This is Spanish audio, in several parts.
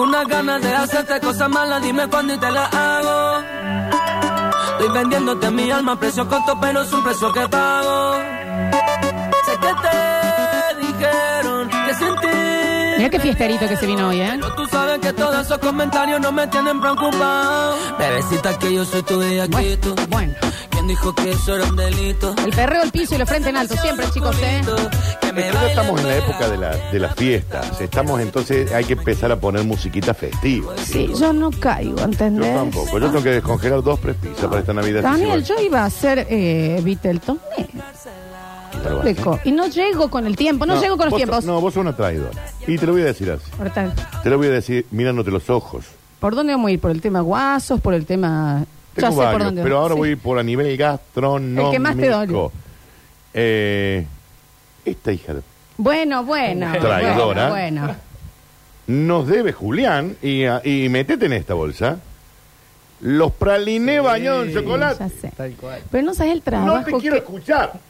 unas ganas de hacerte cosas malas, dime cuándo y te las hago. Estoy vendiéndote mi alma a precio corto, pero es un precio que pago. Sé que te dijeron que sin ti. Mira qué fiesterito que se vino hoy, ¿eh? Pero tú sabes que todos esos comentarios no me tienen preocupado. Bebecita, que yo soy tu bellaquito. Bueno, bueno. ¿Quién dijo que eso era un delito? El perreo al piso y la frente en alto, siempre, chicos, ¿eh? Que me Es que no estamos en la bailen época de, fuera. la, de las fiestas. Estamos entonces, hay que empezar a poner musiquita festiva. Pues Sí, yo no caigo, Yo ¿entendés? tampoco. Yo tengo que descongelar dos prespisas para esta Navidad. Daniel, Sí, yo iba a ser eh, Beatleton. pero bueno. Y no llego con el tiempo, no, llego con los vos- tiempos. No, vos sos una traidora. Y te lo voy a decir así. Hortal, Te lo voy a decir mirándote los ojos. ¿Por dónde vamos a ir? ¿Por el tema guasos? ¿Por el tema...? Tengo ya sé varios, por dónde pero ahora sí. voy a ir por a nivel gastronómico. El que más te dolió. Eh, esta hija de- Bueno, bueno. Traidora. Bueno, bueno. Nos debe Julián, y, a- y metete en esta bolsa, los praliné bañados en Ya chocolate. sé. Tal cual. Pero no sabes el trabajo No te quiero que... escuchar. Eh,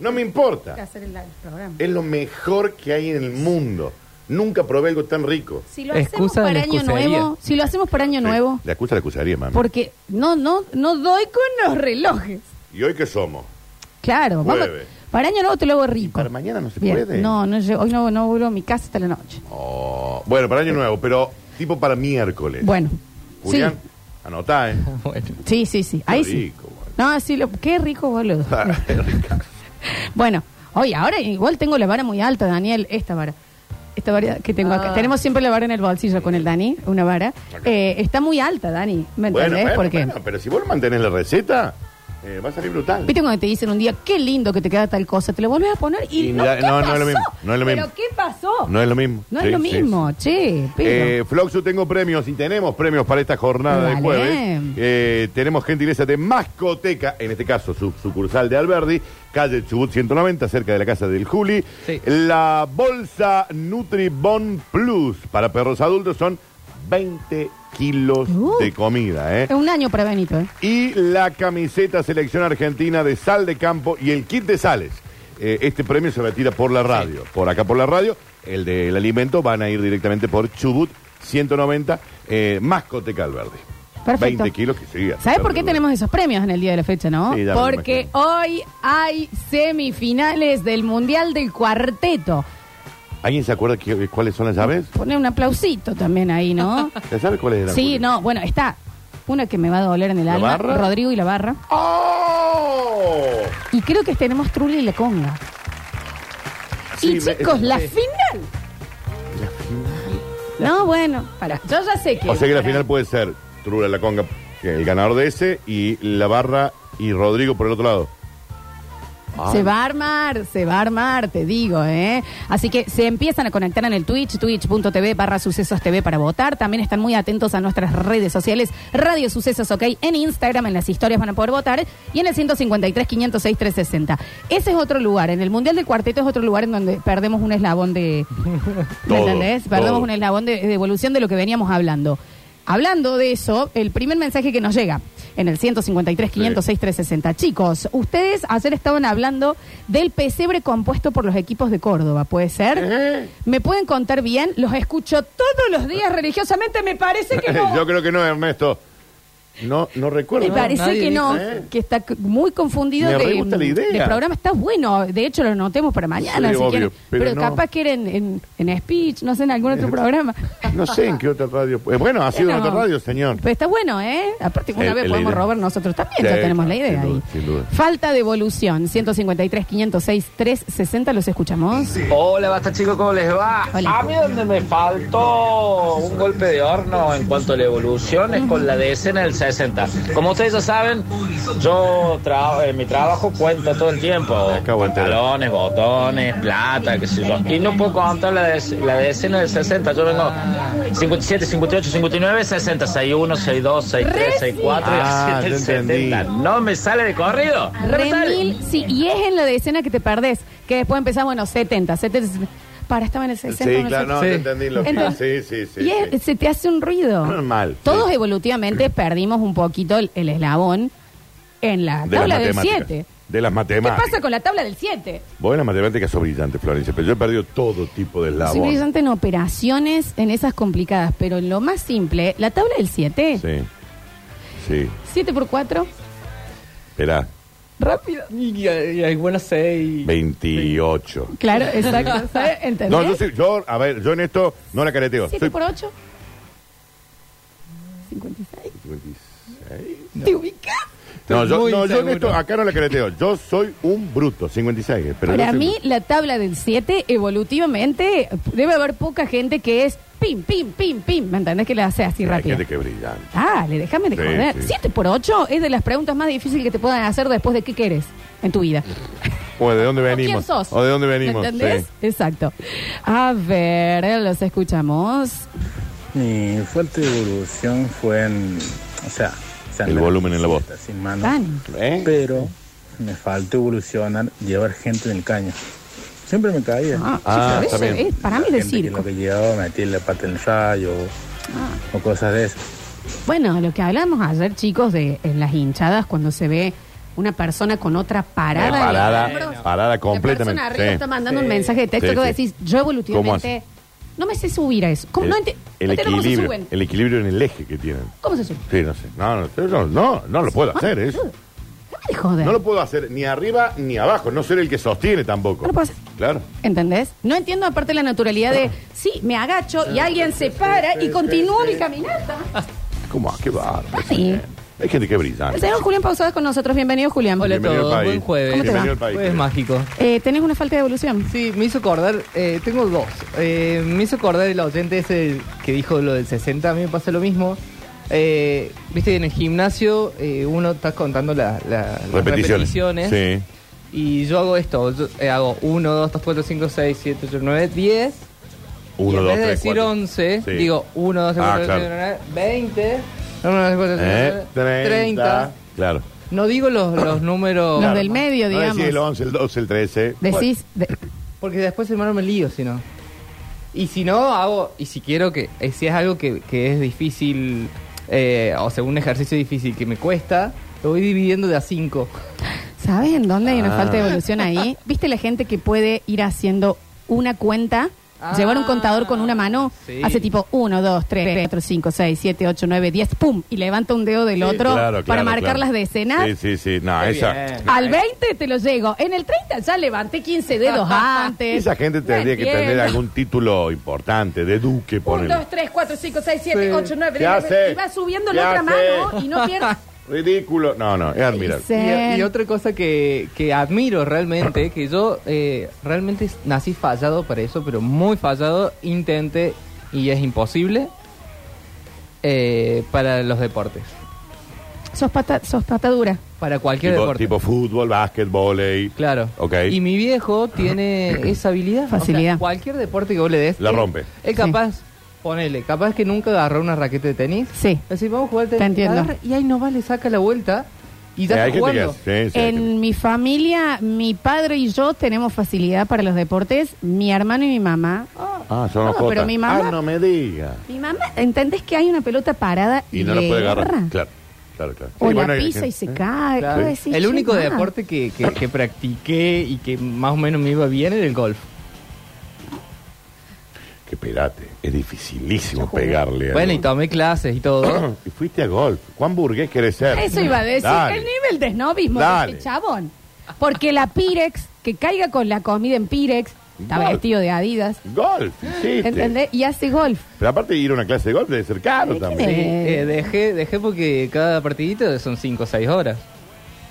No me importa. hacer el programa. Es lo mejor que hay en el mundo. Nunca probé algo tan rico. Si lo Excusa hacemos de para la año excusería. nuevo, si lo hacemos para año nuevo, Le acusa la acusaría, mami. porque no, no, no doy con los relojes. ¿Y hoy qué somos? Claro, vamos. Jueves. Para año nuevo te lo hago rico. para mañana no se Bien. puede. No, no, llego- hoy no, no vuelvo a mi casa hasta la noche. Oh, bueno, para año nuevo, pero tipo para miércoles. Bueno. Eh, Julián, anotá, ¿eh? Bueno. Sí, sí, sí. sí. Ahí Qué sí. rico, No, sí, lo, qué rico, boludo. Ah, Rica. Bueno, hoy ahora igual tengo la vara muy alta, Daniel, esta vara. Esta vara que tengo acá. Tenemos siempre la vara en el bolsillo con el Dani, una vara. Eh, está muy alta, Dani. ¿Me Bueno, entendés? bueno, Porque. bueno, pero si vos no mantenés la receta, eh, va a salir brutal. ¿Viste cuando te dicen un día, qué lindo que te queda tal cosa? Te lo volvés a poner y. Y no, la- ¿qué no, no es lo pasó? mismo, no es lo mismo. ¿Pero qué pasó? No es lo mismo. No Sí, es lo sí, sí. mismo, che, pero. Eh, Floxu, tengo premios y tenemos premios para esta jornada de Dale. jueves. Eh, tenemos gentileza de Mascoteca, en este caso su sucursal de Alberdi, calle Chubut 190, cerca de la casa del Juli. Sí. La bolsa Nutribon Plus para perros adultos son 20 kilos Uh. de comida. ¿eh? es un año para Benito, ¿eh? Y la camiseta selección argentina de sal de campo y el kit de sales. Eh, este premio se retira por la radio, por acá por la radio. El del alimento van a ir directamente por Chubut 190, eh, Mascoteca Alverde. Perfecto. 20 kilos que siga. ¿Sabes por qué tenemos esos premios en el día de la fecha, no? Sí, ya me Porque imagino. hoy hay semifinales del Mundial del Cuarteto. ¿Alguien se acuerda qué- cuáles son las llaves? Poner un aplausito también ahí, ¿no? ¿Ya sabe cuáles eran? sí, Juli? no, bueno, está una que me va a doler en el ¿La alma, barra? Rodrigo y la barra. ¡Oh! Y creo que tenemos Trulli y la conga. Sí, y me- eh. chicos, la final. No, bueno, para. Yo ya sé que. O sea que la pará. final puede ser Trula la Conga, que el ganador de ese, y la barra y Rodrigo por el otro lado. Se va a armar, se va a armar, te digo, ¿eh? Así que se empiezan a conectar en el Twitch, twitch.tv barra sucesos TV para votar. También están muy atentos a nuestras redes sociales, Radio Sucesos, ok, en Instagram, en las historias van a poder votar, y en el 153 506 360. Ese es otro lugar, en el Mundial del Cuarteto es otro lugar en donde perdemos un eslabón de... ¿Me Todo, entendés? Perdemos todo. un eslabón de, de evolución de lo que veníamos hablando. Hablando de eso, el primer mensaje que nos llega en el 153 506 360. Chicos, ustedes ayer estaban hablando del pesebre compuesto por los equipos de Córdoba, ¿puede ser? Ajá. ¿Me pueden contar bien? Los escucho todos los días religiosamente, me parece que no. Yo creo que no, Ernesto. No, no recuerdo. Me parece nadie que no, dijo, ¿eh? que está c- muy confundido Me re de, gusta la idea. de programa. Está bueno, de hecho lo notemos para mañana, Sí, si obvio, quieren. Pero, pero no. Eh. capaz que era en, en- en speech, no sé, en algún otro programa. No sé en qué otra radio. Eh, bueno, ha sido en Bueno, otra radio, señor. Pero está bueno, ¿eh? Aparte, una El- vez la podemos idea. robar nosotros también, Sí, ya tenemos la claro, sin idea ahí. duda, sin duda. Falta de evolución, 153, 506, 360, los escuchamos. Hola, basta chicos, ¿cómo les va? Hola. A mí donde me faltó un golpe de horno en cuanto a la evolución es con la decena del 60. Como ustedes ya saben, yo tra- en mi trabajo cuento todo el tiempo. acabo de enterar. Pantalones, botones, plata, qué sé yo. Y no puedo contar la, dec- la decena del 60. Yo vengo 57, 58, 59, 60, 61, 62, 63, 64, Ah, 67, ya entendí. 70. No me sale de corrido. No me sale. Remil, sí, y es en la decena que te perdés, que después empezamos, bueno, 70, 70. Para, estaba en el 60. Sí, no claro, sé. no, Sí. te entendí lo que. Sí, Entonces, sí, sí. y es- sí. se te hace un ruido. Mal. Todos evolutivamente perdimos un poquito el, el eslabón en la De las tabla del matemáticas. 7. De las ¿Qué matemáticas. pasa con la tabla del 7? Vos en las matemáticas sos brillante, Florencia, pero yo he perdido todo tipo de Soy eslabón. brillante en operaciones, en esas complicadas, pero en lo más simple, la tabla del 7. Sí. Sí. 7 por 4, Esperá. rápido. Y, y hay buenas seis. 28. Claro, exacto. ¿sabes? ¿Entendés? No, yo, soy- yo, a ver, yo en esto no la careteo. 7 Soy- por 8. 56. 56. ¿Te ubicas? No, yo, muy no, yo en inseguro. esto acá no la careteo. Yo soy un bruto, 56. eh, Pero Para yo soy- mí, la tabla del 7, evolutivamente, debe haber poca gente que es pim, pim, pim, pim. ¿Me entendés que la hace así Hay rápido? gente que es brillante. Dale, déjame de Sí, joder. sí. 7 por 8 es de las preguntas más difíciles que te puedan hacer después de qué quieres en tu vida. O Pues, de dónde venimos. ¿Quién sos? O de dónde venimos. ¿Me ¿Entendés? sí. Exacto. A ver, los escuchamos. Mi fuerte evolución fue en. O sea, o sea, El en volumen en la voz. Sin mano. Dani. ¿Eh? Pero me faltó evolucionar, llevar gente en el caño. Siempre me caía. Ah, Ah, sí, pero está eso bien. es- para mí es de Gente que circo. Ah. Lo que llevaba metía la pata en el rayo o- o cosas de eso. Bueno, lo que hablamos ayer, chicos, de en las hinchadas, cuando se ve una persona con otra parada. Eh, en los parada, hombros, parada completamente, La persona arriba sí. está mandando un mensaje de texto Sí, que vos sí. decís, yo ¿Cómo evolutivamente hace? no me sé subir a eso. ¿Cómo? El, no enti- el no entiendo cómo se equilibrio, suben. el equilibrio en el eje que tienen. ¿Cómo se suben? Sí, no sé. No, no, yo no, no, no lo puedo hacer eso. Déjame de joder. No lo puedo hacer ni arriba ni abajo. No ser el que sostiene tampoco. No lo puedo hacer. Claro. ¿Entendés? No entiendo aparte la naturalidad de, sí, me agacho y alguien se para y continúa mi caminata. ¿Cómo? Ah, Qué bárbaro. Sí. Bien. Hay gente que El brilla. señor Pues Julián Pausadas con nosotros. Bienvenido, Julián. Hola a Bienvenido todos, al país. buen jueves. ¿Cómo te Bienvenido va? al país. Jueves Pues mágico. Eh, ¿Tenés una falta de evolución? Sí, me hizo acordar, eh, tengo dos. Eh, me hizo acordar el oyente ese que dijo lo del 60, a mí me pasa lo mismo. Eh, Viste, en el gimnasio eh, uno está contando la- la- las Repeticiones. repeticiones. Sí. Y yo hago esto, yo, eh, hago 1, 2, 3, 4, 5, 6, 7, 8, 9, 10. y Uno, en dos, vez de tres, decir cuatro. 11, Sí. digo 1, 2, 3, Ah, 4, 5, claro. 9, 20. 1, 2, 3, 4, 5, Eh, 30. 30. Claro. No digo los, los números. Los del medio, No digamos. decís el 11, el 12, el 13. Decís, de- Porque después, hermano, me lío, si no. Y si no, hago. Y si quiero que. eh, si es algo que, que es difícil. eh, o sea, un ejercicio difícil que me cuesta. Lo voy dividiendo de a 5. ¿sabes en dónde hay una falta Ah. de evolución ahí? ¿Viste la gente que puede ir haciendo una cuenta? Ah, llevar un contador con una mano, sí. hace tipo 1, 2, 3, 4, 5, 6, 7, 8, 9, 10, ¡pum! Y levanta un dedo del otro Claro, para claro, marcar claro. las decenas. Sí, sí, sí. No, Qué esa. bien. Al 20 te lo llego. En el 30 ya levanté 15 dedos antes. Esa gente No tendría que tener entiendo. algún título importante, de duque, Un, ponele. dos, tres, cuatro, cinco, seis, siete, Sí. ocho, nueve. ¿Qué diez, hace? Y va subiendo ¿Qué la otra hace? mano y no pierdes. Ridículo. No, no, es admirable. Y, y otra cosa que, que admiro realmente, que yo eh, realmente nací fallado para eso, pero muy fallado, intenté y es imposible eh, para los deportes. Sos pata, sos pata dura. Para cualquier Tipo, deporte. tipo fútbol, básquet, volei. Claro. Ok. Y mi viejo tiene esa habilidad. Facilidad. O sea, cualquier deporte que vos le des. La él- rompe. Es capaz, ponele, capaz que nunca agarró una raqueta de tenis. Sí. Es decir, vamos a jugar al tenis. Te entiendo. Agarra y ahí no va, le saca la vuelta y Sí, ya Eh, hay está gente que jugando. hace. Sí, sí, hay gente En mi familia, mi padre y yo tenemos facilidad para los deportes. Mi hermano y mi mamá. que- Ah, son No, Oh. pero ojotas. mi mamá- Ah, no me diga. Mi mamá, ¿entendés que hay una pelota parada y, Y no la le puede agarrar. agarra? Claro, claro, claro. O Sí, la bueno, hay pisa gente- ¿eh? y se cae. Claro. Vos decís, el "Che, único ma". deporte que, que- que practiqué y que más o menos me iba bien era el golf. Que pegate, es dificilísimo Yo jugué. pegarle. a Bueno, y algo. tomé clases y todo. Y fuiste a golf. ¿Cuán burgués querés ser? Eso iba a decir. Dale. El nivel de snobismo de Dale. este chabón. Porque la Pirex, que caiga con la comida en Pirex, está Golf. vestido de Adidas. Golf, hiciste. ¿Entendés? Y hace golf. Pero aparte de ir a una clase de golf debe ser caro también. Eh. Eh, dejé, dejé porque cada partidito son 5 o 6 horas.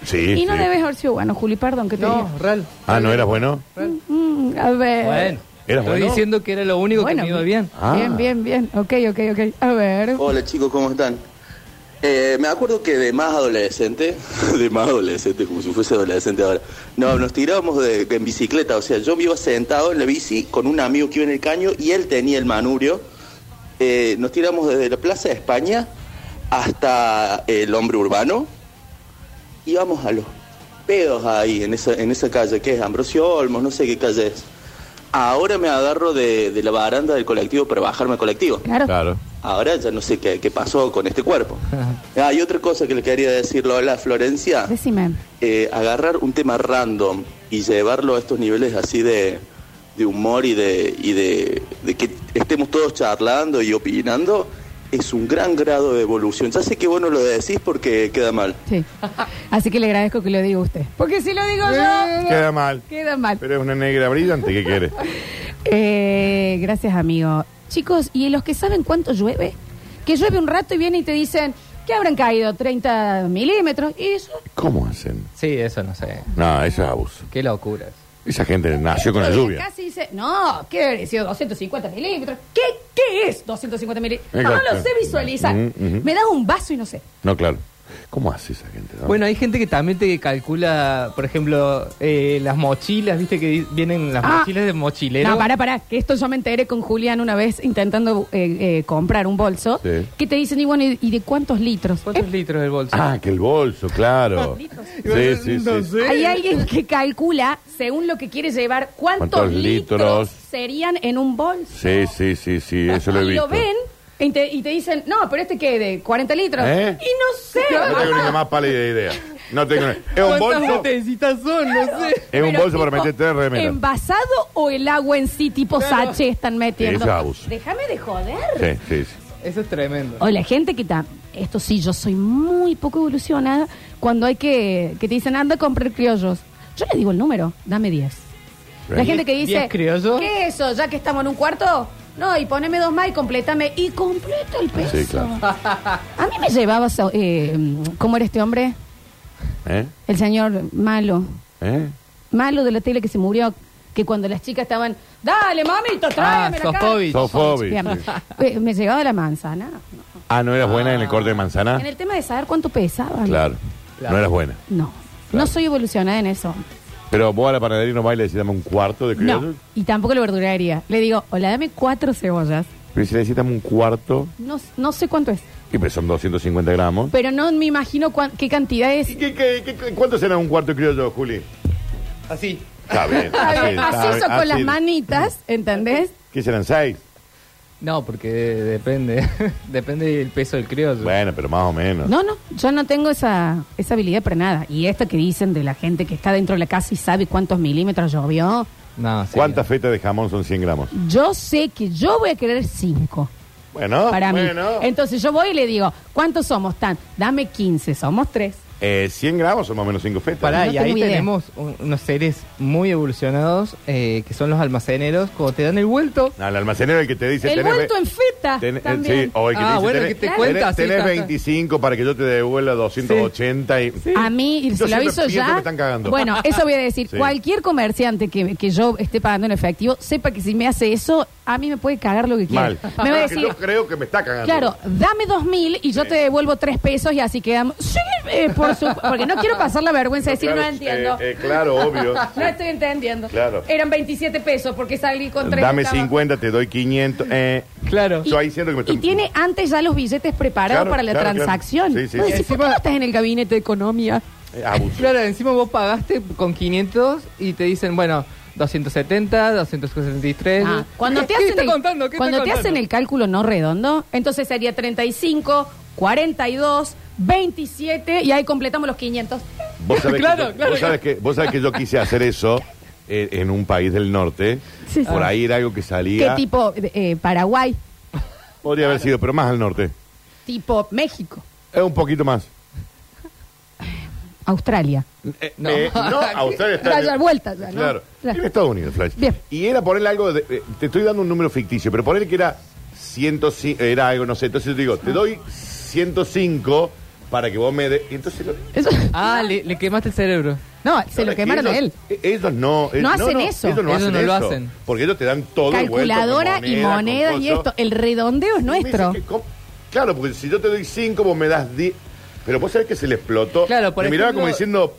Sí, y no sí. debes haber sido bueno, Juli, perdón que te No, diga. real. Ah, ¿no eras bueno? Mm, a ver. Bueno, ¿Eras estoy bueno? diciendo que era lo único que Bueno, me iba bien. Ah. Bien, bien, bien. Ok, ok, ok. A ver. Hola chicos, ¿cómo están? Eh, me acuerdo que de más adolescente, de más adolescente, como si fuese adolescente ahora, no, nos tirábamos de, en bicicleta, o sea, yo me iba sentado en la bici con un amigo que iba en el caño y él tenía el manubrio. Eh, nos tiramos desde la Plaza de España hasta el hombre urbano, íbamos a los pedos ahí, en esa, en esa calle, que es Ambrosio Olmos, no sé qué calle es. Ahora me agarro de, de la baranda del colectivo para bajarme al colectivo. Claro. Claro. Ahora ya no sé qué, qué pasó con este cuerpo. Hay otra cosa que le quería decir, Lola Florencia. Decime. eh, agarrar un tema random y llevarlo a estos niveles así de, de humor y, de, y de, de que estemos todos charlando y opinando es un gran grado de evolución. Ya sé que vos no lo decís porque queda mal. Sí. Así que le agradezco que lo diga usted. Porque si lo digo yo, Queda mal. queda mal. Pero es una negra brillante, ¿qué quiere? Eh, gracias, amigo. Chicos, ¿y los que saben cuánto llueve? Que llueve un rato y vienen y te dicen que habrán caído 30 milímetros. Y eso, ¿Cómo hacen? Sí, eso no sé. No, eso es abuso. Qué locura. Esa gente nació con la eh, lluvia. Casi dice, no, ¿qué habría sido 250 milímetros? ¿Qué, qué es 250 milímetros? No Exacto. lo sé visualizar. Ujú, ujú. Me das un vaso y no sé. No, claro. ¿Cómo hace esa gente? no? Bueno, hay gente que también te calcula, por ejemplo, eh, las mochilas, viste que di- vienen las Ah. mochilas de mochilero. No, pará, pará, que esto yo me enteré con Julián una vez intentando eh, eh, comprar un bolso. Sí. Que te dicen, y bueno, ¿y y de cuántos litros? ¿Cuántos litros del bolso? Ah, que el bolso, claro. Sí, sí, sí. Hay alguien que calcula, según lo que quiere llevar, cuántos, ¿Cuántos litros, litros? serían en un bolso. Sí, sí, sí, sí, eso lo he y visto. lo ven y te, y te dicen, no, pero este que de 40 litros. ¿Eh? Y no sé. No tengo ni la más pálida idea. No tengo ni... Es un ¿Cuántas bolso. botecitas son? No sé. Es un Pero, bolso para tipo, meter tres remeras. ¿Envasado o el agua en sí, tipo sache, están metiendo? Eso es abuso. Déjame de joder. Sí, sí, sí. Eso es tremendo. O la gente que está. Esto sí, yo soy muy poco evolucionada. Cuando hay que. que te dicen, anda a comprar criollos. Yo le digo el número, dame 10. La Bien. gente que dice. ¿Diez criollos? ¿Qué es eso? Ya que estamos en un cuarto. No, y poneme dos más y complétame. Y completa el peso. Sí, claro. A mí me llevaba. so- eh, ¿Cómo era este hombre? ¿Eh? El señor malo. ¿Eh? Malo de la tele que se murió. Que cuando las chicas estaban. Dale, mamito, tráeme la cara. Sofovich. Ah, Sofovich. Bien. Sí. Eh, Me llegaba la manzana. Ah, ¿no eras buena en el corte de manzana? En el tema de saber cuánto pesaba. Ah. Claro. Claro. No eras buena. No. No soy evolucionada en eso. Pero vos a la panadería no vas y le decís, dame un cuarto de No. criollo. Y tampoco la verdurería. Le digo, hola, dame cuatro cebollas. Pero si le decís, dame un cuarto, No, no sé cuánto es. y pues son 250 gramos. Pero no me imagino cuán- qué cantidad es. ¿Y qué, qué, qué- qué- cuánto será un cuarto de criollo, Juli? Así. Está bien. A ver, así hizo con las así. manitas, ¿entendés? ¿Qué serán? ¿Seis? No, porque depende. depende del peso del criollo. Bueno, pero más o menos. No, no, yo no tengo esa, esa habilidad para nada. Y esto que dicen de la gente que está dentro de la casa y sabe cuántos milímetros llovió, No, sí. ¿Cuántas fetas de jamón son 100 gramos? yo sé que yo voy a querer cinco. Bueno, para Ah, bueno. mí. Entonces yo voy y le digo, ¿cuántos somos tan? Dame 15, somos tres. Eh, 100 gramos son más o menos 5 fetas. Pará, No y ahí tengo idea. tenemos un- unos seres muy evolucionados eh, que son los almaceneros. Cuando te dan el vuelto, No, el almacenero el que te dice... El tenés vuelto ve- en feta. ten- eh, también. sí, o el que Ah, te dice, bueno, tenés, que te tenés- cuenta, sí, tenés está, está. 25 para que yo te devuelva 280 y... A mí, y Yo se lo siempre aviso pienso ya. que están cagando. Bueno, eso voy a decir. Sí. Cualquier comerciante que, que yo esté pagando en efectivo, sepa que si me hace eso, a mí me puede cagar lo que quiera. Mal. Me va a Porque decir, Yo creo que me está cagando. claro, dame dos mil y yo te devuelvo tres pesos y así quedamos. Sí, eh, por su- porque no quiero pasar la vergüenza de decir, Claro, no entiendo. eh, eh, claro, obvio. No estoy entendiendo. Claro. Eran 27 pesos porque salí con tres. Dame estaba- 50, te doy 500. Eh, claro. yo ahí siento que me estoy... Y tiene antes ya los billetes preparados Claro, para la claro, claro. transacción. Sí, sí, Vos sí. decís, ¿por qué no estás en el gabinete de economía? Eh, abuso. Claro, encima vos pagaste con 500 y te dicen, bueno, 270, 273. Ah, cuando ¿Qué- te qué hacen está el, contando? ¿Qué está cuando te contando? hacen el cálculo no redondo, entonces sería 35, 42, 27 y ahí completamos los 500. Vos sabés, Claro, que, yo, claro, vos sabés claro. que- vos sabés que yo quise hacer eso eh, en un país del norte. Sí, sí. Por ahí era algo que ¿Qué salía. tipo? de- eh, Paraguay, Podría haber sido, pero más al norte. tipo México, Es un poquito más. Australia. Eh, No. eh, no, Australia está. Vaya vuelta ya, ¿no? Claro. Claro. En Estados Unidos, Flash. Bien. Y era ponerle algo. de- eh, te estoy dando un número ficticio, pero ponerle que era 105. Era algo, no sé. Entonces yo te digo, te doy 105 para que vos me des. Entonces. lo- Eso- Ah, le, le quemaste el cerebro. no, se lo quemaron a ellos, él. eh, Ellos no. eh, No hacen eso. Ellos no Ellos hacen no lo eso, hacen. Porque ellos te dan todo de vuelta con Calculadora y moneda, monedas con y coso. esto. El redondeo es Y me dicen nuestro. que com- claro, porque si yo te doy 5, vos me das 10. Pero vos sabés que se le explotó. Claro, por Me miraba ejemplo- como diciendo.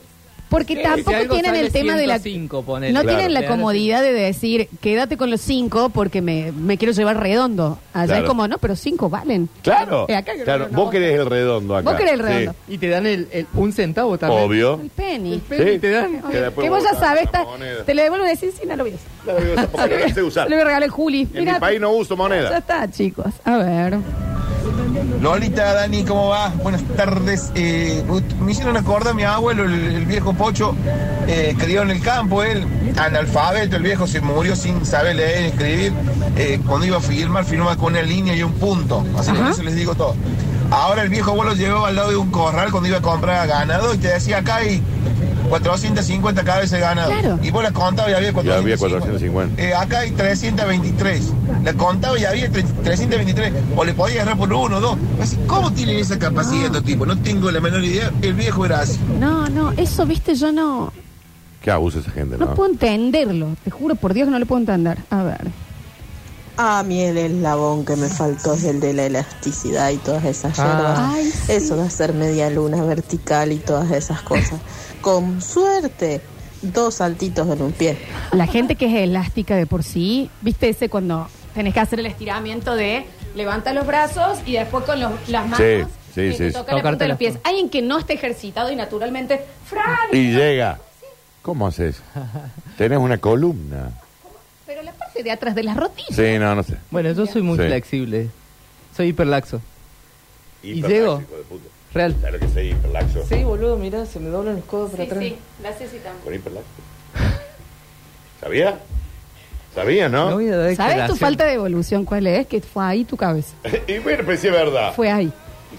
Porque Sí, si tampoco algo tienen sale el tema de la... 105, ponele. no Claro. tienen la Claro, comodidad de decir, quédate con los cinco porque me, me quiero llevar redondo. Allá Claro. es como, no, pero cinco valen. Claro. Eh, acá creo claro que no. vos querés el redondo acá. Vos querés el Sí, redondo. Y te dan el, el- un centavo también. obvio. El penny. El penny Sí. te dan. Que después que vos vos ya sabes, usás la está- moneda. te lo devuelvo y decís, sí, no lo voy a usar. Claro, porque no sé Le usar. voy a regalar el Juli. En Mirá, mi país no uso Ya moneda. está, chicos. A ver. Lolita, Dani, ¿cómo va? Buenas tardes. Eh, ut- me hicieron acordar a mi abuelo, el, el viejo Pocho, eh, criado en el campo, él, analfabeto, el viejo se murió sin saber leer y escribir. Eh, cuando iba a firmar, firmaba con una línea y un punto. Así que eso les digo todo. Ahora el viejo abuelo llegó al lado de un corral cuando iba a comprar ganado y te decía acá hay 450 cabezas de ganado. Claro. Y vos las contabas y había Y había 450. 450. Eh, acá hay 323. La contaba y había tre- 323. O le podía agarrar por uno o dos. Así, ¿Cómo tienen esa capacidad estos tipos? No tengo la menor idea. El viejo era así. No, no, eso, viste, yo no, Qué abuso esa gente, ¿no? no puedo entenderlo. Te juro por Dios que no lo puedo entender. A ver. A mí el eslabón que me faltó es el de la elasticidad y todas esas hierbas. Ah. Ay, sí. Eso de hacer media luna vertical y todas esas cosas. Con suerte, dos saltitos en un pie. La gente que es elástica de por sí, viste ese cuando tenés que hacer el estiramiento de levanta los brazos y después con los- las manos Sí, sí, eh, sí, te sí. toca la punta Tocarte de los las pies. puntas. Alguien que no esté ejercitado y naturalmente, Fran, Y llega. ¿Cómo haces? Tenés una columna. pero la parte de atrás de las rodillas. Sí, no, no sé. Bueno, yo soy muy Sí. flexible. Soy hiperlaxo. Y llego. Real. Claro que soy hiperlaxo. Sí, boludo, mirá, se me doblan los codos para atrás. la necesitamos. Con hiperlaxo. ¿Sabía? ¿Sabía, no? No voy a dar ¿Sabes tu explicación. falta de evolución cuál es? Que fue ahí tu cabeza. y bueno, pero si es verdad. Fue ahí.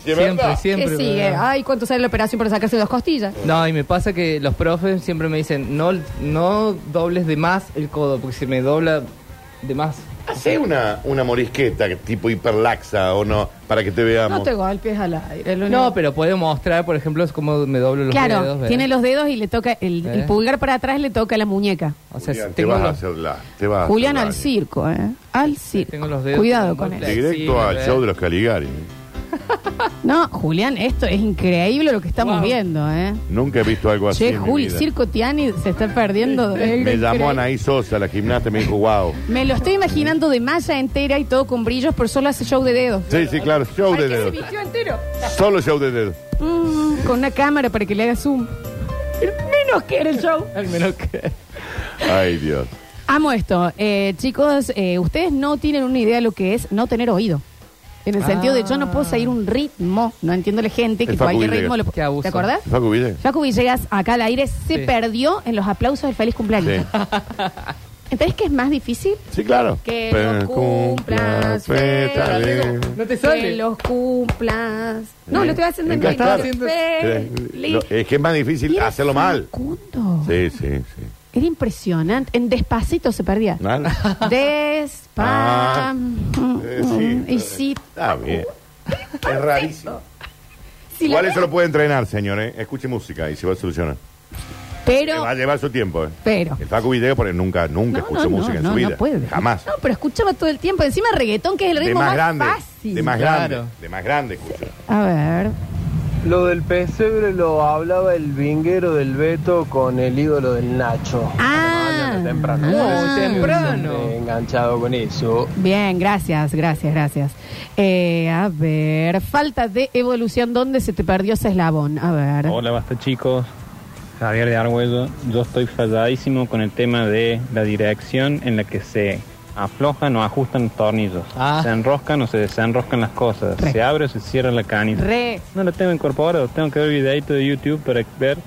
Si es Siempre, verdad. siempre. ¿Qué sigue? ¿verdad? Ay, ¿cuánto sale la operación para sacarse dos costillas? No, y me pasa que los profes siempre me dicen, no, no dobles de más el codo, porque se me dobla de más. Hacé una, una morisqueta tipo hiperlaxa o no, para que te veamos. No te golpes al aire. es lo No, único. pero puedo mostrar, por ejemplo, es cómo me doblo los Claro, dedos. ¿verdad? tiene los dedos y le toca, el, el ¿Eh? pulgar para atrás le toca la muñeca. O sea, Julián, te tengo vas a los- hacer la- te vas a Julián hacer al daño. circo, ¿eh? Al circo. tengo los dedos Cuidado como con muy él. flexibles. Directo Sí, al ¿verdad? show de los Caligari. No, Julián, esto es increíble lo que estamos Wow. viendo, ¿eh? Nunca he visto algo así. Che, en mi Juli, vida. Circo Tiani se está perdiendo. de algo Me llamó increíble. Anaí Sosa, la gimnasta, y me dijo, wow. Me lo estoy imaginando de malla entera y todo con brillos, pero solo hace show de dedos. Sí, sí, claro, show ¿Para de qué se dedos. vistió entero? Solo show de dedos. Mm, con una cámara para que le haga zoom. Pero menos que era el show. Al menos que... Ay, Dios. Amo esto. Eh, chicos, eh, ustedes no tienen una idea de lo que es no tener oído. En el sentido de yo no puedo seguir un ritmo. No entiendo la gente que El Facu cualquier Villegas. ritmo lo Qué abuso. ¿Te acordás? Facu Villegas. Facu Villegas acá al aire se Sí. perdió en los aplausos del feliz cumpleaños. Sí. ¿Entendés que es más difícil? Sí, claro. Que Pero los cumplas feliz. feliz. No te Que sale. los cumplas. No, lo estoy haciendo en Acá está. feliz. Lo- Eh, Es que es más difícil Era hacerlo mal. fecundo. Sí, sí, sí. Era impresionante. En despacito se perdía. Nada. Despa. Ah. Eh, sí. Mm, Y sí. Está bien. Es rarísimo. sí, la Igual verdad. eso lo puede entrenar, señores. ¿eh? Escuche música y se va a solucionar. Que Pero. va a llevar su tiempo, ¿eh? Pero. El Facu Villegas porque nunca, nunca No, escuchó no, música no, en no, su vida. no puede. Jamás. No, pero escuchaba todo el tiempo. Encima reggaetón, que es el de ritmo más, más, grande. fácil. De más Claro. grande. De más grande escucho. A ver. Lo del pesebre lo hablaba el vinguero del Beto con el ídolo del Nacho. Ah. temprano. Ah. Muy temprano. Enganchado con eso. Bien, gracias, gracias, gracias. Eh, a ver, falta de evolución, ¿dónde se te perdió ese eslabón? A ver. Hola, basta chicos. Javier de Argüello. Yo estoy falladísimo con el tema de la dirección en la que se aflojan o ajustan los tornillos. Ah. Se enroscan o se desenroscan las cosas. Re. Se abre o se cierra la canilla. Re. No lo tengo incorporado. Tengo que ver videito de YouTube para ver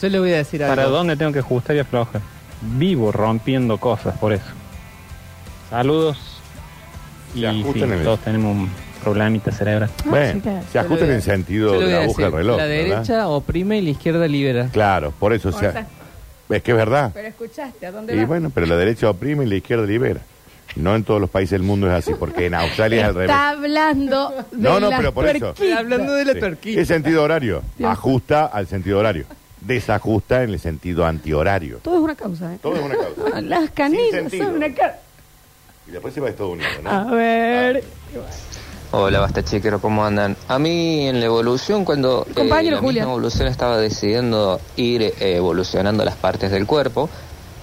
Yo le voy a decir para algo. dónde tengo que ajustar y aflojar. Vivo rompiendo cosas por eso. Saludos. Se Y sí, ajustan el- todos tenemos un problemita cerebral. bueno, sí, claro. se ajustan en el sentido Yo le de voy la a aguja del decir, reloj. La ¿verdad? derecha oprime y la izquierda libera. Claro, por eso. O sea, es que es verdad. Pero escuchaste, ¿a dónde Y bueno, pero la derecha oprime y la izquierda libera. No en todos los países del mundo es así, porque en Australia es al revés. Está hablando de No, no, las pero por eso. puerquitas. Hablando de la Sí. perquita. Es sentido horario. Ajusta al sentido horario. Desajusta en el sentido antihorario. Todo es una causa, ¿eh? Todo es una causa. Las Sin canillas sentido. son una causa. Y después se va a Estados Unidos, ¿no? A ver. Hola, basta chiquero, ¿cómo andan? A mí en la evolución, cuando eh, la compañero Julián. misma evolución estaba decidiendo ir eh, evolucionando las partes del cuerpo,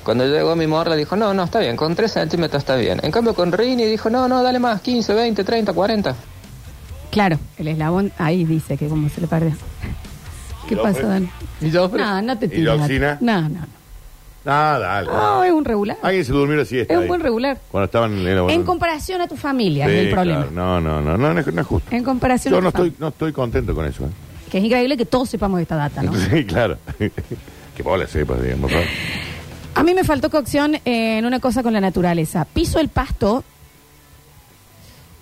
cuando llegó mi morra dijo, no, no, está bien, con 3 centímetros está bien. En cambio con Rini dijo, no, no, dale más, 15, 20, 30, 40. Claro, el eslabón ahí dice que como se le perdió. ¿Qué ¿Y lo pasa, ofre? Dan? Y yo, No, no te ¿Y la tiras. oxina? No, no, no. Ah, dale. No, es un regular. Alguien se durmió la siesta. Es un ahí. buen regular. Cuando estaban en la- En comparación a tu familia Sí, es el problema. claro. No, no, no, no, no, es- no es justo. En comparación Yo a tu no familia. estoy, no estoy contento con eso. ¿eh? Que es increíble que todos sepamos esta data, ¿no? Sí, claro. que vos la sepas, pues, digamos. ¿no? A mí me faltó cocción en una cosa con la naturaleza. Piso el pasto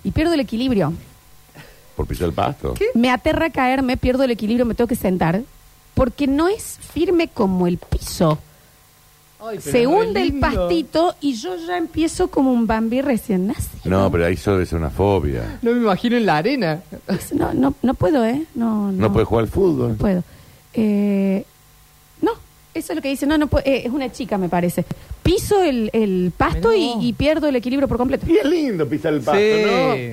y pierdo el equilibrio. Por pisar el pasto. Me aterra caerme, pierdo el equilibrio, me tengo que sentar. Porque no es firme como el piso. Se hunde el pastito y yo ya empiezo como un Bambi recién nacido. No, pero ahí eso debe ser una fobia. No me imagino en la arena. Es- No, no, no puedo, ¿eh? No, No, no, puedes jugar al fútbol. no puedo. Eh, no, eso es lo que dice. No, no puedo. Eh, es una chica, me parece. Piso el, el pasto y, y pierdo el equilibrio por completo. Y es lindo pisar el pasto, Sí.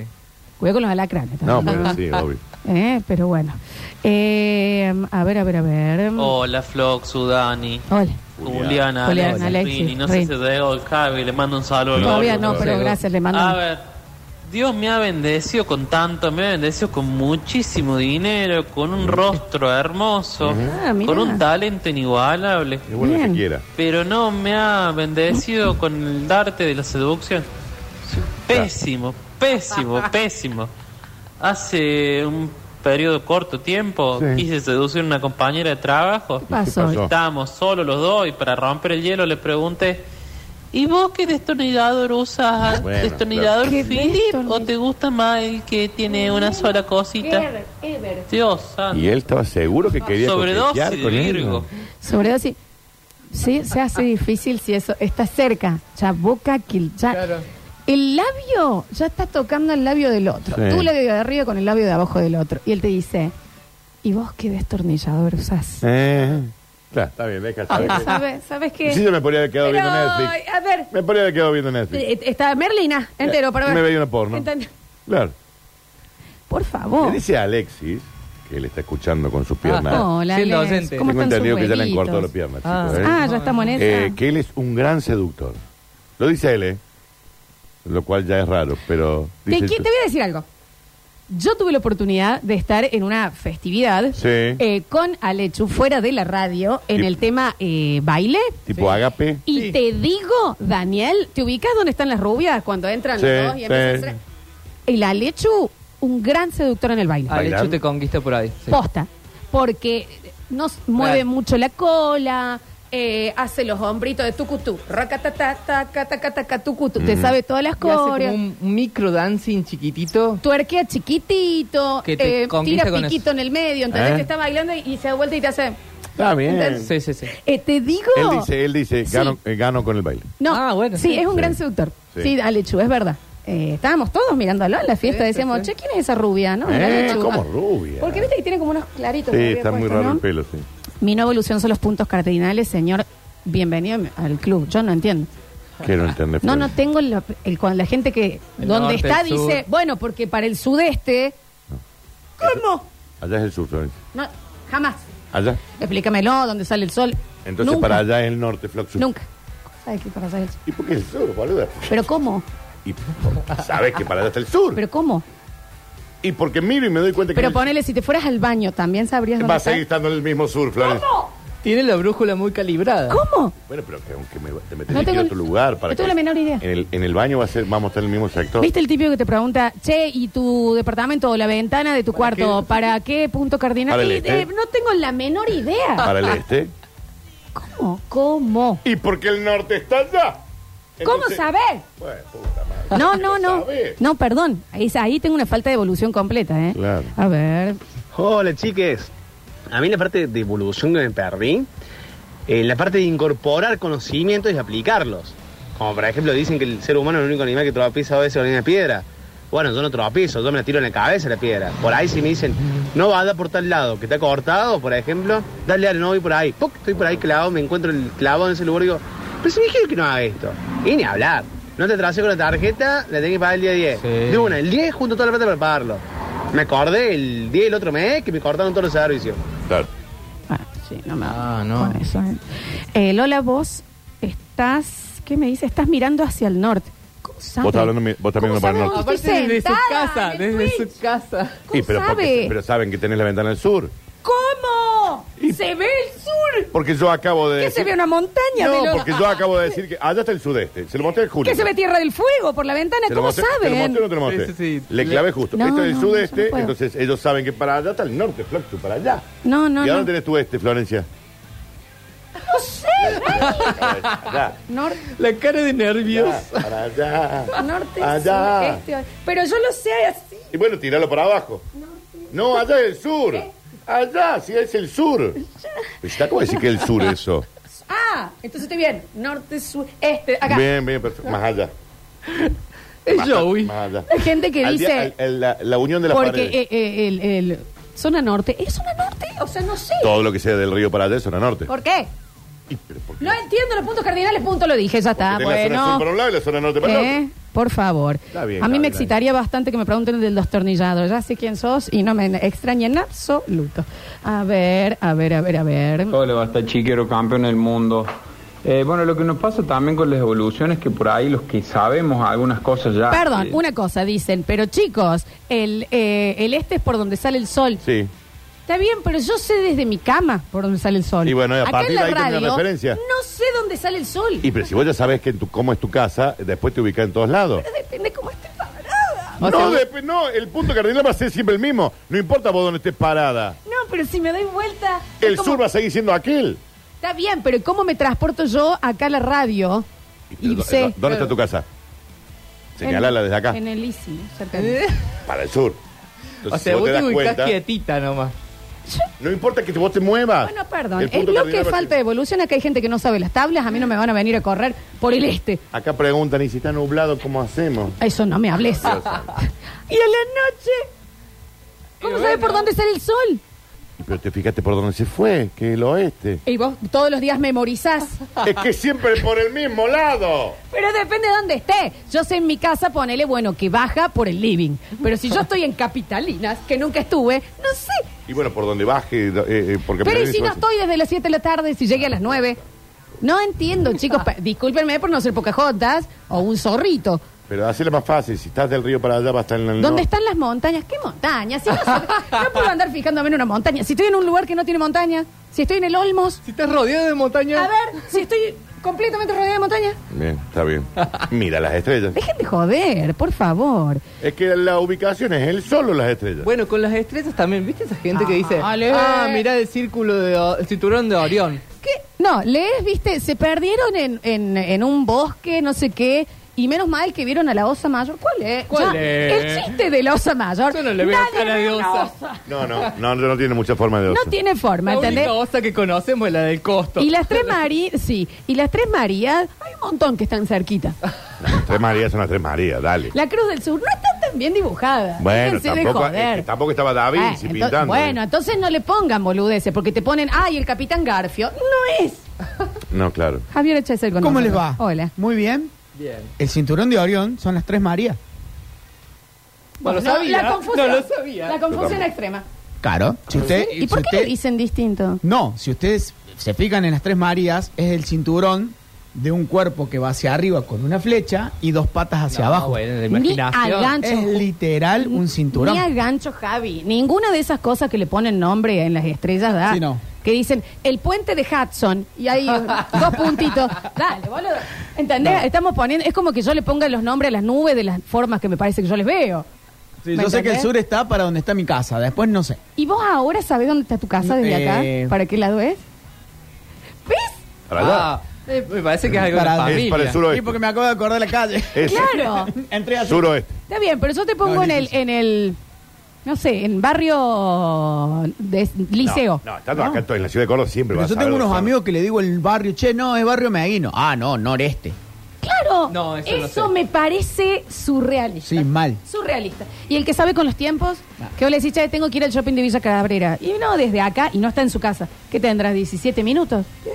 Cuidado con los alacranes. ¿no? No, también. pero sí, obvio. Eh, pero bueno. Eh, a ver, a ver, a ver. Hola, Flock, Sudani. Hola. Juliana, Alexis, Juliana, Alexis, Rini. No Rini. sé si llegó el Javi, le mando un saludo. Todavía no, pero Llegó. gracias, le mando A un- ver, Dios me ha bendecido con tanto, me ha bendecido con muchísimo dinero, con un rostro hermoso, Ah, mirá. con un talento inigualable. Es bueno que Bien. quiera. Pero no me ha bendecido Mm. con el arte de la seducción. Ah. Pésimo, pésimo, pésimo. Hace un periodo corto tiempo Sí. quise seducir a una compañera de trabajo. pasó? pasó? Estábamos solos los dos y para romper el hielo le pregunté, ¿y vos qué destornillador usas? Bueno, este ¿Destornillador claro. ¿Qué Philip o destornillador? te gusta más el que tiene una sola cosita? Dios santo. Y él estaba seguro que quería coquetear Sobredosis de con él. Virgo. Sobre todo, sí. Sí, se hace difícil si eso está cerca. Ya boca, que ya. Claro. El labio ya está tocando el labio del otro. Sí. Tú el labio de arriba con el labio de abajo del otro. Y él te dice, ¿y vos qué destornillador usás? Eh, Eh, claro, está bien, deja. está bien. ¿Sabes, ¿Sabes Ah, qué? Sí, yo me podría haber quedado Pero, viendo Netflix. a ver, Me podría haber quedado viendo Netflix. eh, está Merlina entero para ver. Me veía una porno. Entend- Claro. Por favor. Le dice a Alexis, que él está escuchando con sus piernas. Hola, Siendo Alex, docente. Ah, ¿Cómo Tengo están sus entendido que ya le han huevitos? cortado las piernas, Ah. chicos. ¿eh? Ah, ya estamos en esa. Eh, que él es un gran seductor. Lo dice él, ¿eh? Lo cual ya es raro, pero... Te, dice- qui- te voy a decir algo. Yo tuve la oportunidad de estar en una festividad Sí. eh, con Alechu fuera de la radio en Tip- el tema eh, baile. Tipo agape. Y Sí. te digo, Daniel, ¿te ubicas dónde están las rubias cuando entran Sí, los dos y sí. empiezan a hacer- El Alechu, un gran seductor en el baile. Ay, Alechu Ah, te conquista por ahí. sí. Posta. Porque nos mueve Claro. mucho la cola, eh, hace los hombritos de tucutú. racatatata, catacataca, tucutú. Te sabe todas Y las hace como coreas. un micro dancing chiquitito. tuerquea chiquitito, Que te eh, conquista tira con eso. piquito en el medio, ¿entendés? ¿Eh? Te está bailando y, y se da vuelta y te hace. Está bien. Sí, sí, sí. Eh, te digo. Él dice, él dice, Sí. gano, eh, gano con el baile. No, Ah, bueno, sí, sí. es un Sí. gran seductor. Sí. Sí, Alechu, es verdad. Eh, estábamos todos mirándolo en la fiesta, Sí, decíamos, sí, sí. che, ¿quién es esa rubia? ¿No? Era Eh, Alechu. como rubia. Porque viste que tiene como unos claritos. Sí, que había está muy puesto, raro ¿no? el pelo, sí. Mi nueva evolución son los puntos cardinales, señor. Bienvenido al club. Yo no entiendo. Quiero entender. No, no tengo la, el- cuando la gente que El donde norte, está el sur. dice, bueno, porque para el sudeste. ¿Cómo? Allá es el sur, Florencia. No, jamás. Allá. Explícamelo, ¿dónde sale el sol? Entonces Nunca, para allá es el norte, Flox Sur. Nunca. ¿Sabes qué para allá es el sol? ¿Y por qué el sur, boluda? ¿Pero cómo? Y sabes que para allá está el sur. ¿Pero cómo? y porque miro y me doy cuenta que Pero el- ponele, si te fueras al baño, ¿también sabrías dónde va a seguir está? estando en el mismo sur, Florencia. Tiene la brújula muy calibrada. ¿Cómo? Bueno, pero que aunque me, te metes No en tengo- otro lugar para no tengo que- la menor idea. En el, en el baño va a ser, vamos a estar en el mismo sector. ¿Viste el típico que te pregunta, che, y tu departamento o la ventana de tu cuarto, ¿para qué punto cardinal? Para el Y, este. eh, no tengo la menor idea. Para el este. ¿Cómo? ¿Cómo? ¿Y por qué el norte está allá? ¿Cómo saber? Bueno, puta madre. No, no, no. sabés. No, perdón. Es- ahí tengo una falta de evolución completa, ¿eh? Claro. A ver. Hola chiques, a mí la parte de evolución que me perdí, eh, la parte de incorporar conocimientos y aplicarlos. Como por ejemplo dicen que el ser humano es el único animal que tropieza a veces con la misma piedra. Bueno, yo no tropiezo, yo me la tiro en la cabeza la piedra. Por ahí si me dicen, no va a dar por tal lado, que está cortado, por ejemplo, dale al no voy por ahí. ¡Puc! Estoy por ahí clavado, me encuentro el clavo en ese lugar y digo, pero si me dijeron que no haga esto. Y ni hablar. No te trace con la tarjeta, la tenés que pagar el día 10. Sí. De una, el 10 junto toda la plata para pagarlo. Me acordé el día del otro mes que me cortaron todos los servicios. Claro. Ah, sí, no me Ah, no. con eso, ¿eh? Eh, Lola, vos estás. ¿Qué me dice? Estás mirando hacia el norte. ¿Cómo sabes? estás hablando mi- vos estás ¿Cómo mirando para el sabes norte? dónde estoy Aparte desde su sentada casa, en el desde Twitch? su casa. ¿Cómo Y pero, porque- sabe? pero saben que tenés la ventana al sur. ¿Cómo? Y se ve el sur. Porque yo acabo de Que decir... se ve una montaña. de No, lo- porque yo acabo de decir que allá está el sudeste. Se lo mostré al Julio. Que se ve Tierra del Fuego por la ventana. ¿Se lo ¿Cómo mostré- ¿Te lo saben? mostré o no te lo mostré? Le clavé justo. No, Esto es el no, yo sudeste, no puedo. entonces ellos saben que para allá está el norte, Flor, tú para allá. No, no, ¿Y a no. dónde tenés tú este, Florencia? No sé. Allá. Norte. La cara de nervios. Ah, Para allá. Norte, Allá. sur, este, Pero yo lo sé así. Y bueno, tiralo para abajo. No, allá es el sur. Allá, sí es el sur. Pues ¿Está como decir que el sur eso? Ah, entonces estoy bien. Norte, sur, este, acá. Bien, bien, perfecto. Más allá. Es Más- Joey. Más allá. Hay gente que Al dice- día- al- al- la, la unión de las Porque paredes. eh, eh, el, el- zona norte es zona norte, o sea, no sé. Todo lo que sea del río para allá es zona norte. ¿Por qué? No entiendo los puntos cardinales, punto lo dije, ya está. Tenés la zona sur para Ah, Bueno, un lado y la zona norte para el otro. ¿eh? por favor. Está bien, a mí Gabriela. me excitaría bastante que me pregunten del destornillador. Ya sé quién sos y no me extraña en absoluto. A ver, a ver, a ver, a ver. Oh, Hola, basta chiquero, campeón del mundo. Eh, bueno, lo que nos pasa también con las evoluciones es que por ahí los que sabemos algunas cosas ya. Perdón, eh, una cosa dicen, pero chicos, el, eh, el este es por donde sale el sol. Sí. Está bien, pero yo sé desde mi cama por dónde sale el sol. Y bueno, y a Acá partir en la de ahí tenés radio, una referencia. No sé dónde sale el sol. Y pero si vos ya sabés que en tu- cómo es tu casa, después te ubicás en todos lados. Depende cómo esté parada. No, depe- no, el punto cardinal va a ser siempre el mismo. No importa vos dónde estés parada. No, pero si me doy vuelta. es El como- sur va a seguir siendo aquel. Está bien, pero ¿cómo me transporto yo acá a la radio? Y ¿Dó- sé. ¿Dónde está tu casa? Señalala desde acá. En el ICI, cerca de. Para el sur. O Entonces, sea, si vos te ubicás cuenta, quietita nomás. No importa que vos te muevas. Bueno, perdón. El Es punto lo que cardinal va a falta de evolución. Acá hay gente que no sabe las tablas. A mí no me van a venir a correr por el este. ser- Acá preguntan, ¿y si está nublado, cómo hacemos? Eso no me hables. y a la noche. ¿Cómo sabes por dónde sale el sol? Y Pero te fijaste por dónde se fue, que el oeste. Y vos todos los días memorizás. es que siempre por el mismo lado. Pero depende de dónde esté. Yo sé en mi casa, ponele, bueno, que baja por el living. Pero si yo estoy en Capitalinas, que nunca estuve, no sé. Y bueno, por donde baje, eh, eh, porque... Pero ¿y Peregrino si no hace- estoy desde las 7 de la tarde, si llegué a las 9? No entiendo, chicos. Pa- Discúlpenme por no ser pocajotas o un zorrito. Pero hacela más fácil, si estás del río para allá va a estar en el norte. ¿Dónde están las montañas? ¿Qué montañas? Si no, sé- no puedo andar fijándome en una montaña. Si estoy en un lugar que no tiene montaña, si estoy en el Olmos. Si estás rodeado de montañas. A ver, si estoy completamente rodeado de montaña. Bien, está bien. Mira las estrellas. Dejen de joder, por favor. Es que la ubicación es el sol o las estrellas. Bueno, con las estrellas también, ¿viste esa gente que dice, Ale. ah, mirá el círculo de O- el cinturón de Orión? ¿Qué? No, lees, viste, se perdieron en, en, en un bosque, no sé qué, y menos mal que vieron a la osa mayor. ¿Cuál es? ¿Cuál Ya, es? El chiste de la osa mayor. Yo no le veo Nadie cara ve de una osa. No, no, no, no tiene mucha forma de oso. No tiene forma, La ¿entendés? única osa que conocemos es la del costo. Y las tres Marías, sí, y las tres Marías, hay un montón que están cerquita. Las tres Marías son las tres Marías, dale. La Cruz del Sur no está tan bien dibujada. Bueno, Déjense de tampoco, es joder. que tampoco estaba Da Bueno, Vinci ento- pintando. eh. bueno, entonces no le pongan boludeces, porque te ponen, ay, el Capitán Garfio. No es. No, claro. Javier Echesel con ¿Cómo les nosotros. va? Hola. Muy bien. Bien. El cinturón de Orión son las tres Marías. Bueno, No, sabía. La confusión, No lo sabía. La confusión Yo extrema. Claro. ¿Eh? Si usted, ¿Y por qué le dicen distinto? No, si ustedes se fijan en las tres Marías, es el cinturón de un cuerpo que va hacia arriba con una flecha y dos patas hacia Ah, abajo. bueno, la Ni a gancho. Es literal un cinturón. Ni a gancho, Javi. Ninguna de esas cosas que le ponen nombre en las estrellas da. Sí, no. Que dicen el puente de Hudson y hay dos puntitos. Dale, boludo. ¿Entendés? Estamos poniendo. Es como que yo le ponga los nombres a las nubes de las formas que me parece que yo les veo. Sí, ¿Me yo sé que el entendés? sur está para donde está mi casa, después no sé. ¿Y vos ahora sabés dónde está tu casa desde Eh. acá? ¿Para qué lado es? Para allá. Ah, eh, me parece que es algo de Para- la es familia. para el suroeste. Sí, porque me acabo de acordar de la calle. Es Claro. Entré ayer. suroeste. Está bien, pero yo te pongo No, en el, en el, no sé, en barrio de liceo. No, no, estando acá estoy en la ciudad de Córdoba siempre Pero vas yo a tengo ver unos los- amigos que le digo el barrio, che, no, es barrio Meguino. Ah, no, noreste. Claro, No, eso, eso no sé. me parece surrealista. Sí, mal. Surrealista. Y el que sabe con los tiempos, Ah. que vos le decís, che, tengo que ir al shopping de Villa Cabrera. Y no, desde acá, y no está en su casa. ¿Qué tendrás, 17 minutos? Sí,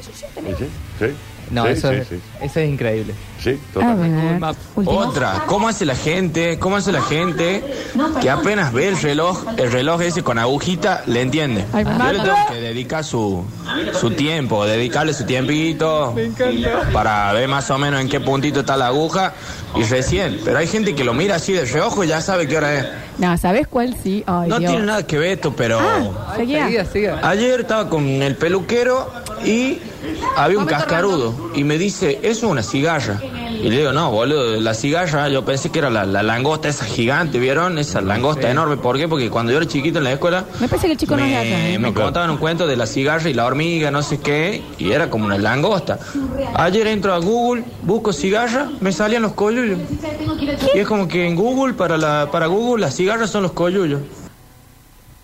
sí. No, Sí, eso, sí, es, sí. eso es increíble. Sí, Ah, totalmente. Otra, ¿cómo hace la gente? ¿Cómo hace la gente que apenas ve el reloj, el reloj ese con agujita, le entiende? Ay, Yo le mamá. tengo que dedicar su, su tiempo, dedicarle su tiempito para ver más o menos en qué puntito está la aguja y recién. Pero hay gente que lo mira así de reojo y ya sabe qué hora es. No, ¿sabes cuál sí? Ay, No Dios. tiene nada que ver esto, pero... Ah, seguía. Ayer estaba con el peluquero y había un cascarudo y me dice, eso es una cigarra. Y le digo, no, boludo, la cigarra, yo pensé que era la, la langosta esa gigante, ¿vieron? Esa langosta enorme. ¿Por qué? Porque cuando yo era chiquito en la escuela, Me parece que el chico no es de acá. me, ¿eh? me contaban un cuento de la cigarra y la hormiga, no sé qué, y era como una langosta. Ayer entro a Google, busco cigarra, me salían los coyullos. Y es como que en Google, para, la, para Google, las cigarras son los coyullos.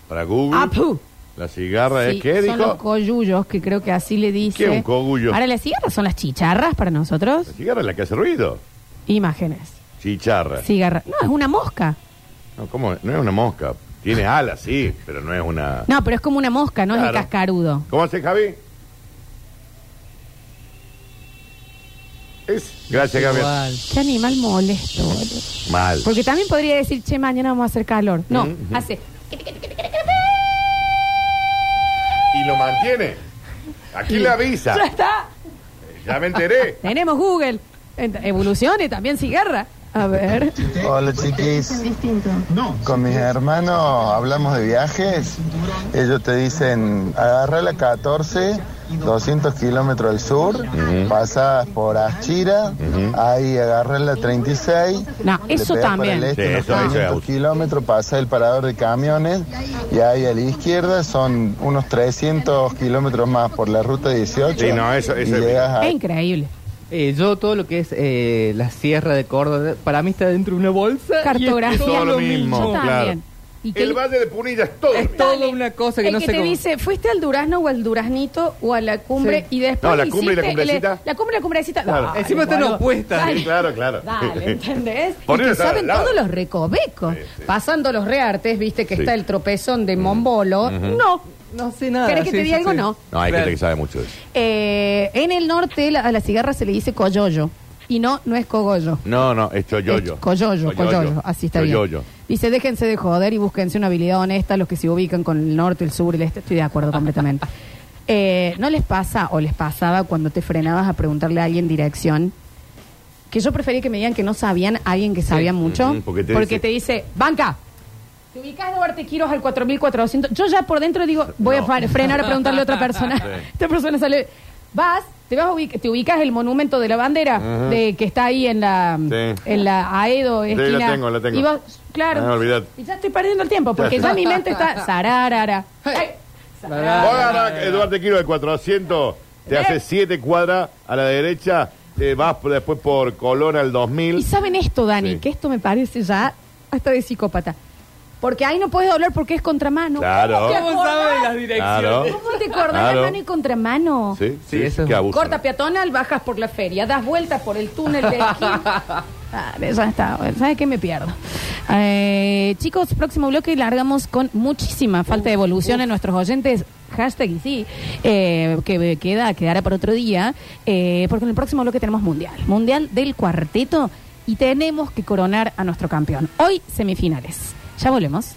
Para Google. Apu. La cigarra Ah. Sí, es que son los ¿eh? dijo. coyullos, que creo que así le dice. ¿Qué es un cogullo? Ahora, las cigarras son las chicharras para nosotros. Cigarra es la que hace ruido. Imágenes. Chicharra. Cigarra. No, es una mosca. No, ¿cómo? no es una mosca. Tiene alas, sí, pero no es una. No, pero es como una mosca, no es el Claro. cascarudo. ¿Cómo hace Javi? Es. Gracias, Gabriel. Qué animal molesto, boludo. Mal. Porque también podría decir, che, mañana vamos a hacer calor. No, Ujú. hace. Y lo mantiene. Aquí le avisa. ¡Ya está! Ya me enteré. Tenemos Google. Ent- Evolucione también cigarra. A ver. Hola chiquis. Con mis hermanos hablamos de viajes. Ellos te dicen, agarra la 14, 200 kilómetros al sur, pasas por Aschira, ahí agarra la 36. No, te eso pegas para también. el este, Sí, unos eso- eso es 500 auto. kilómetros, pasa el parador de camiones y ahí a la izquierda son unos 300 kilómetros más por la ruta 18. Sí, no, eso- eso y es- llegas a- Es increíble. Eh, yo todo lo que es eh, la sierra de Córdoba, para mí está dentro de una bolsa. y es Cartografía. todo lo mismo. Yo también. claro. ¿Y El qué- Valle de Punilla es todo. Es toda una cosa que el no que sé te cómo- dice, ¿fuiste al durazno o al duraznito o a la cumbre? Sí. Y después No, la cumbre y la hiciste el- cumbrecita. la cumbre y la cumbrecita. Claro. Dale, Encima están boludo. opuestas. Sí, Dale. claro, claro. Dale, ¿entendés? Y Ponelo que al lado, saben al lado. todos los recovecos. Pasando los reartes, viste que Sí. Mm. está el tropezón de Mombolo. Ujú. No. No sé nada. ¿Querés que sí, te diga sí, algo? sí. No. No, hay Claro. gente que sabe mucho de eso. Eh, en el norte la- a la cigarra se le dice coyoyo. Y no, no es cogollo. No, no, es Coyoyo, choyoyo. coyoyo, coyoyo. Así está Choyoyo. bien. Dice, déjense de joder y búsquense una habilidad honesta los que se ubican con el norte, el sur, el este. Estoy de acuerdo completamente. Eh, ¿No les pasa o les pasaba cuando te frenabas a preguntarle a alguien dirección? Que yo prefería que me digan que no sabían a alguien que sabía mucho. Ujú, porque porque te, te dice- dice, banca, te ubicás de Bartequiros al 4400. Yo ya por dentro digo, voy a fa- frenar a preguntarle a otra persona. Sí. Esta persona sale, vas, te vas a ubic- te ubicas el monumento de la bandera Ujú. de que está ahí en la Sí. en la Aedo Sí, esquina. la tengo, la tengo. Y vos- claro. Ah, olvidate. Y ya estoy perdiendo el tiempo porque Claro. ya mi mente está zararara. Ay, Hola, Eduardo Quiro, el 400. Te hace 7 cuadras a la derecha. Te vas por- después por Colón al Y 2000. saben esto, Dani, Sí. que esto me parece ya hasta de psicópata. Porque ahí no puedes hablar porque es contramano. Claro. ¿Cómo te ¿Cómo acordás? saben las direcciones? Claro. ¿Cómo te acordás Claro. la mano y contramano? Sí, sí, sí, que abuso. Corta peatonal, bajas por la feria, das vueltas por el túnel de esquina. Dale, ya está. Bueno, ¿Sabes qué? Me pierdo. Eh, chicos, próximo bloque largamos con muchísima falta de evolución en nuestros oyentes. Hashtag y sí, eh, que queda, quedará para otro día, eh, porque en el próximo bloque tenemos Mundial. Mundial del cuarteto y tenemos que coronar a nuestro campeón. Hoy semifinales. Ya volvemos.